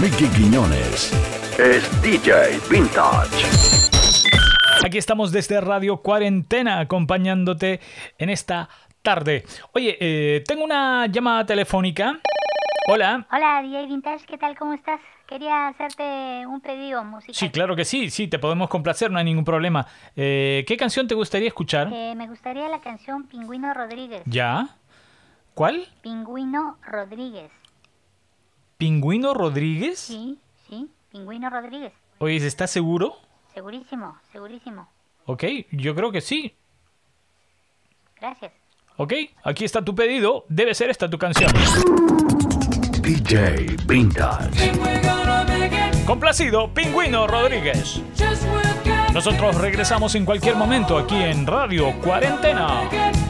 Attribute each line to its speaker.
Speaker 1: Mickey Quiñones es DJ Vintage.
Speaker 2: Aquí estamos desde Radio Cuarentena acompañándote en esta tarde. Oye, eh, tengo una llamada telefónica. Hola.
Speaker 3: Hola, DJ Vintage, ¿qué tal? ¿Cómo estás? Quería hacerte un pedido musical.
Speaker 2: Sí, claro que sí, sí, te podemos complacer, no hay ningún problema. Eh, ¿Qué canción te gustaría escuchar?
Speaker 3: Eh, me gustaría la canción Pingüino Rodríguez.
Speaker 2: ¿Ya? ¿Cuál?
Speaker 3: Pingüino Rodríguez.
Speaker 2: ¿Pingüino Rodríguez?
Speaker 3: Sí, sí, Pingüino Rodríguez.
Speaker 2: Oye, ¿estás seguro?
Speaker 3: Segurísimo, segurísimo.
Speaker 2: Ok, yo creo que sí.
Speaker 3: Gracias.
Speaker 2: Ok, aquí está tu pedido, debe ser esta tu canción.
Speaker 1: DJ Vintage.
Speaker 2: Complacido, Pingüino Rodríguez. Nosotros regresamos en cualquier momento aquí en Radio Cuarentena.